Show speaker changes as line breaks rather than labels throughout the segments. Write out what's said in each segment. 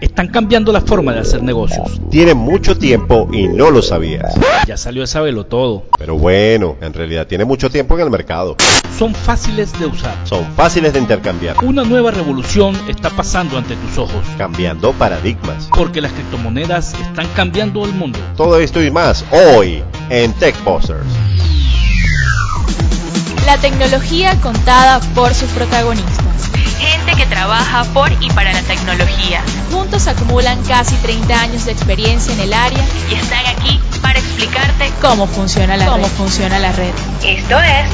Están cambiando la forma de hacer negocios.
Tiene mucho tiempo y no lo sabías.
Ya salió a saberlo todo.
Pero bueno, en realidad tiene mucho tiempo en el mercado.
Son fáciles de usar.
Son fáciles de intercambiar,
Una nueva revolución está pasando ante tus ojos.
cambiando paradigmas.
Porque las criptomonedas están cambiando el mundo.
Todo esto y más hoy en TechBusters.
La tecnología contada por sus protagonistas.
Gente que trabaja por y para la tecnología
Juntos acumulan casi 30 años de experiencia en el área
y están aquí para explicarte
cómo funciona la red. funciona la red.
esto es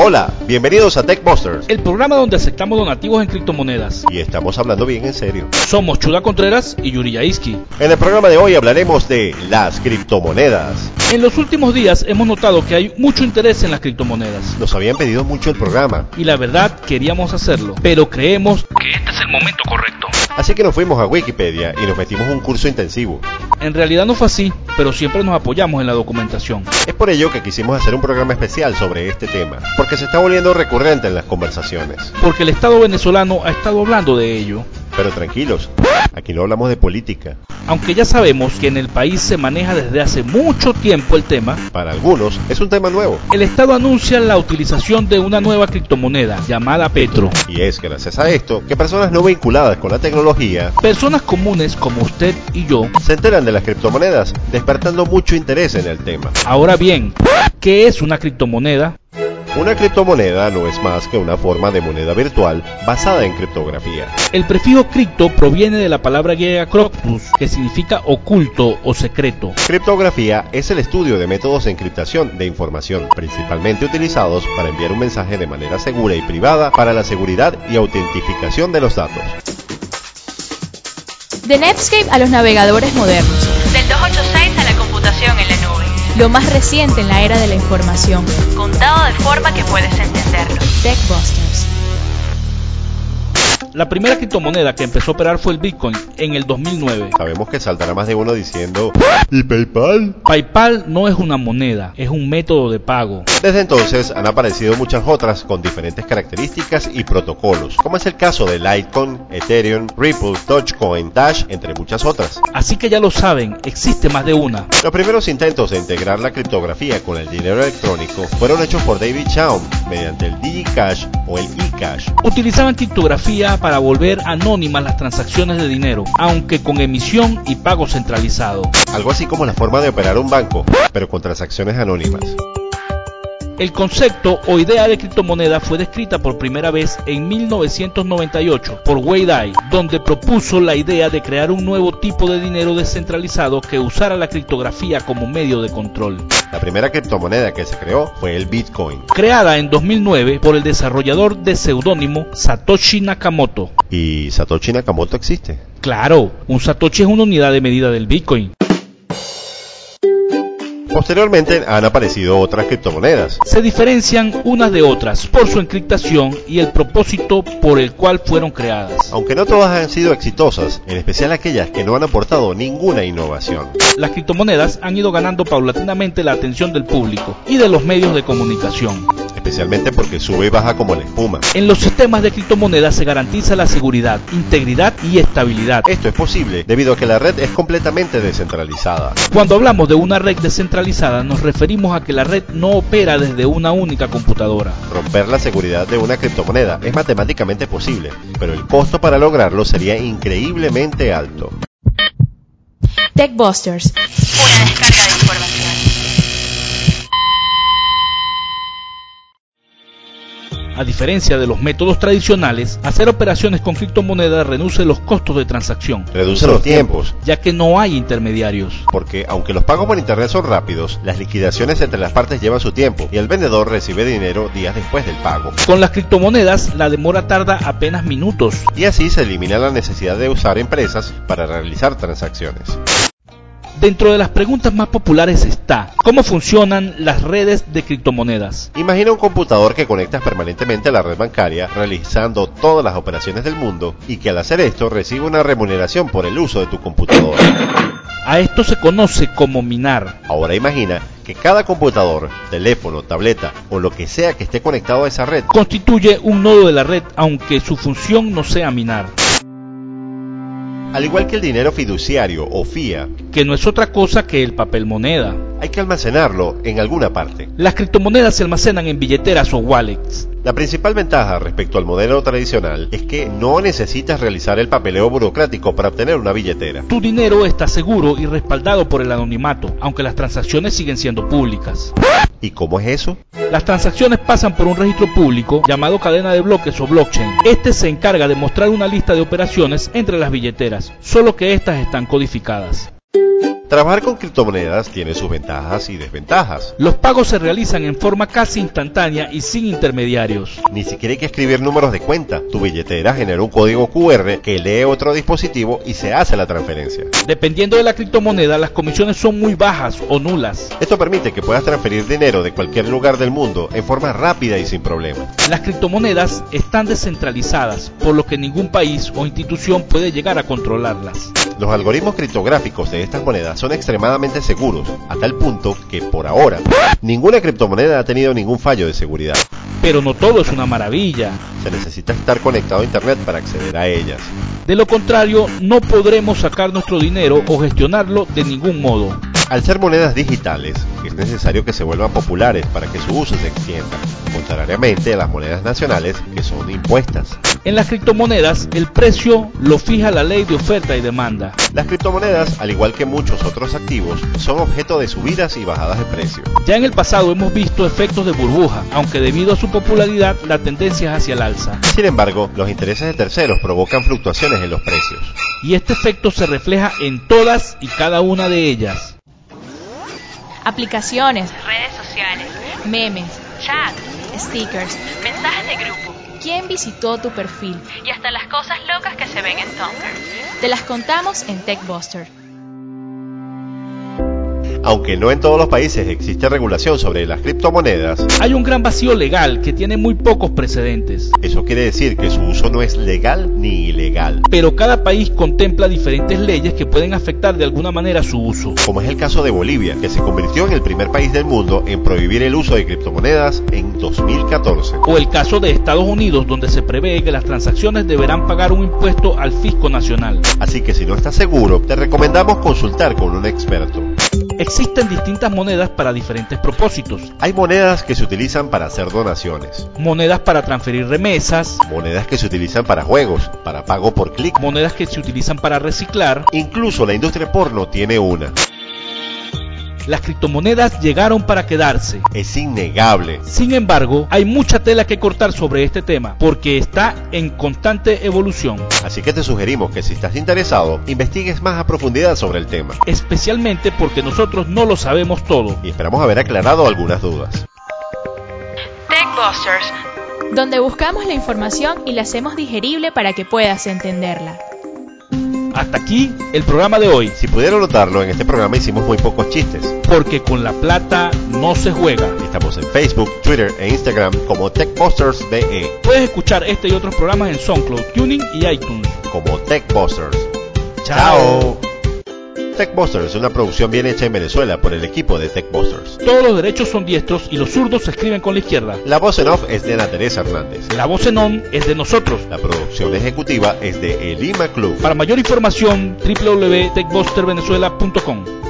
Hola, bienvenidos a TechBusters.
El programa donde aceptamos donativos en criptomonedas.
Y estamos hablando bien en serio.
Somos Chuda Contreras y Yuri Yaisky.
En el programa de hoy hablaremos de las criptomonedas.
En los últimos días hemos notado que hay mucho interés en las criptomonedas.
Nos habían pedido mucho el programa,
Y la verdad queríamos hacerlo. Pero creemos que este es el momento correcto.
así que nos fuimos a Wikipedia y nos metimos un curso intensivo.
En realidad no fue así, pero siempre nos apoyamos en la documentación.
Es por ello que quisimos hacer un programa especial sobre este tema, porque se está volviendo recurrente en las conversaciones.
Porque el Estado venezolano ha estado hablando de ello.
Pero tranquilos, aquí no hablamos de política.
Aunque ya sabemos que en el país se maneja desde hace mucho tiempo el tema,
Para algunos es un tema nuevo.
el Estado anuncia la utilización de una nueva criptomoneda llamada Petro.
Y es gracias a esto que personas no vinculadas con la tecnología
Personas comunes como usted y yo.
se enteran de las criptomonedas, despertando mucho interés en el tema.
Ahora bien, ¿qué es una criptomoneda?
Una criptomoneda no es más que una forma de moneda virtual basada en criptografía.
El prefijo cripto proviene de la palabra griega croctus, que significa oculto o secreto.
Criptografía es el estudio de métodos de encriptación de información, principalmente utilizados para enviar un mensaje de manera segura y privada para la seguridad y autentificación de los datos.
De Netscape a los navegadores modernos.
del 286 a la computación en la nube,
Lo más reciente en la era de la información.
contado de forma que puedes entenderlo.
Techbusters.
La primera criptomoneda que empezó a operar fue el Bitcoin en el 2009.
Sabemos que saltará más de uno diciendo ¿Y PayPal?
PayPal no es una moneda, es un método de pago.
Desde entonces han aparecido muchas otras con diferentes características y protocolos, como es el caso de Litecoin, Ethereum, Ripple, Dogecoin, Dash, entre muchas otras.
Así que ya lo saben, existe más de una.
Los primeros intentos de integrar la criptografía con el dinero electrónico fueron hechos por David Chaum mediante el DigiCash o el eCash.
Utilizaban criptografía para volver anónimas las transacciones de dinero, aunque con emisión y pago centralizado.
Algo así como la forma de operar un banco, pero con transacciones anónimas.
El concepto o idea de criptomoneda fue descrita por primera vez en 1998 por Wei Dai, donde propuso la idea de crear un nuevo tipo de dinero descentralizado que usara la criptografía como medio de control.
La primera criptomoneda que se creó fue el Bitcoin.
Creada en 2009 por el desarrollador de seudónimo Satoshi Nakamoto.
¿Y Satoshi Nakamoto existe?
Claro, un Satoshi es una unidad de medida del Bitcoin.
Posteriormente han aparecido otras criptomonedas,
Se diferencian unas de otras por su encriptación y el propósito por el cual fueron creadas.
aunque no todas han sido exitosas, en especial aquellas que no han aportado ninguna innovación.
Las criptomonedas han ido ganando paulatinamente la atención del público y de los medios de comunicación.
Especialmente porque sube y baja como la espuma.
En los sistemas de criptomonedas se garantiza la seguridad, integridad y estabilidad.
Esto es posible debido a que la red es completamente descentralizada.
Cuando hablamos de una red descentralizada nos referimos a que la red no opera desde una única computadora.
Romper la seguridad de una criptomoneda es matemáticamente posible, pero el costo para lograrlo sería increíblemente alto.
Techbusters.
Una descarga de información.
A diferencia de los métodos tradicionales, hacer operaciones con criptomonedas reduce los costos de transacción,
Reduce los tiempos,
ya que no hay intermediarios.
porque aunque los pagos por internet son rápidos, las liquidaciones entre las partes llevan su tiempo y el vendedor recibe dinero días después del pago.
Con las criptomonedas la demora tarda apenas minutos.
Y así se elimina la necesidad de usar empresas para realizar transacciones.
Dentro de las preguntas más populares está, ¿cómo funcionan las redes de criptomonedas?
Imagina un computador que conectas permanentemente a la red bancaria realizando todas las operaciones del mundo y que al hacer esto recibe una remuneración por el uso de tu computador.
A esto se conoce como minar.
Ahora imagina que cada computador, teléfono, tableta o lo que sea que esté conectado a esa red
Constituye un nodo de la red aunque su función no sea minar,
Al igual que el dinero fiduciario o FIA,
que no es otra cosa que el papel moneda.
hay que almacenarlo en alguna parte.
Las criptomonedas se almacenan en billeteras o wallets.
La principal ventaja respecto al modelo tradicional es que no necesitas realizar el papeleo burocrático para obtener una billetera.
Tu dinero está seguro y respaldado por el anonimato, aunque las transacciones siguen siendo públicas.
¿Y cómo es eso?
Las transacciones pasan por un registro público llamado cadena de bloques o blockchain. Este se encarga de mostrar una lista de operaciones entre las billeteras, solo que estas están codificadas.
Trabajar con criptomonedas tiene sus ventajas y desventajas.
Los pagos se realizan en forma casi instantánea y sin intermediarios.
Ni siquiera hay que escribir números de cuenta. Tu billetera genera un código QR que lee otro dispositivo y se hace la transferencia.
Dependiendo de la criptomoneda, las comisiones son muy bajas o nulas.
Esto permite que puedas transferir dinero de cualquier lugar del mundo en forma rápida y sin problemas.
Las criptomonedas están descentralizadas, por lo que ningún país o institución puede llegar a controlarlas.
Los algoritmos criptográficos de estas monedas son extremadamente seguros, a tal punto que por ahora ninguna criptomoneda ha tenido ningún fallo de seguridad.
Pero no todo es una maravilla.
Se necesita estar conectado a Internet para acceder a ellas.
De lo contrario, no podremos sacar nuestro dinero o gestionarlo de ningún modo.
Al ser monedas digitales, es necesario que se vuelvan populares para que su uso se extienda, contrariamente a las monedas nacionales que son impuestas.
En las criptomonedas, el precio lo fija la ley de oferta y demanda.
Las criptomonedas, al igual que muchos otros activos, son objeto de subidas y bajadas de precio.
Ya en el pasado hemos visto efectos de burbuja, aunque debido a su popularidad la tendencia es hacia el alza.
Sin embargo, los intereses de terceros provocan fluctuaciones en los precios.
Y este efecto se refleja en todas y cada una de ellas.
Aplicaciones,
Redes sociales,
memes,
chat,
stickers.
mensajes de grupo
¿Quién visitó tu perfil?
y hasta las cosas locas que se ven en Tumblr.
Te las contamos en TechBuster.
Aunque no en todos los países existe regulación sobre las criptomonedas,
Hay un gran vacío legal que tiene muy pocos precedentes,
eso quiere decir que su uso no es legal ni ilegal,
pero cada país contempla diferentes leyes que pueden afectar de alguna manera su uso.
como es el caso de Bolivia, que se convirtió en el primer país del mundo en prohibir el uso de criptomonedas en 2014.
O el caso de Estados Unidos, donde se prevé que las transacciones deberán pagar un impuesto al fisco nacional.
Así que si no estás seguro, te recomendamos consultar con un experto.
Existen distintas monedas para diferentes propósitos.
Hay monedas que se utilizan para hacer donaciones,
Monedas para transferir remesas,
monedas que se utilizan para juegos, para pago por clic,
monedas que se utilizan para reciclar.
incluso la industria porno tiene una.
Las criptomonedas llegaron para quedarse.
Es innegable.
Sin embargo, hay mucha tela que cortar sobre este tema, porque está en constante evolución,
Así que te sugerimos que si estás interesado, investigues más a profundidad sobre el tema.
especialmente porque nosotros no lo sabemos todo.
Y esperamos haber aclarado algunas dudas.
Techbusters,
Donde buscamos la información y la hacemos digerible para que puedas entenderla.
Hasta aquí el programa de hoy,
Si pudieron notarlo, en este programa hicimos muy pocos chistes.
porque con la plata no se juega.
Estamos en Facebook, Twitter e Instagram como E, TechBusters.be,
Puedes escuchar este y otros programas en SoundCloud, Tuning y iTunes.
como TechBusters.
¡Chao!
TechBusters es una producción bien hecha en Venezuela por el equipo de TechBusters.
Todos los derechos son diestros y los zurdos se escriben con la izquierda.
La voz en off es de Ana Teresa Hernández.
La voz en on es de nosotros.
La producción ejecutiva es de Elima Club.
Para mayor información, www.techbustervenezuela.com.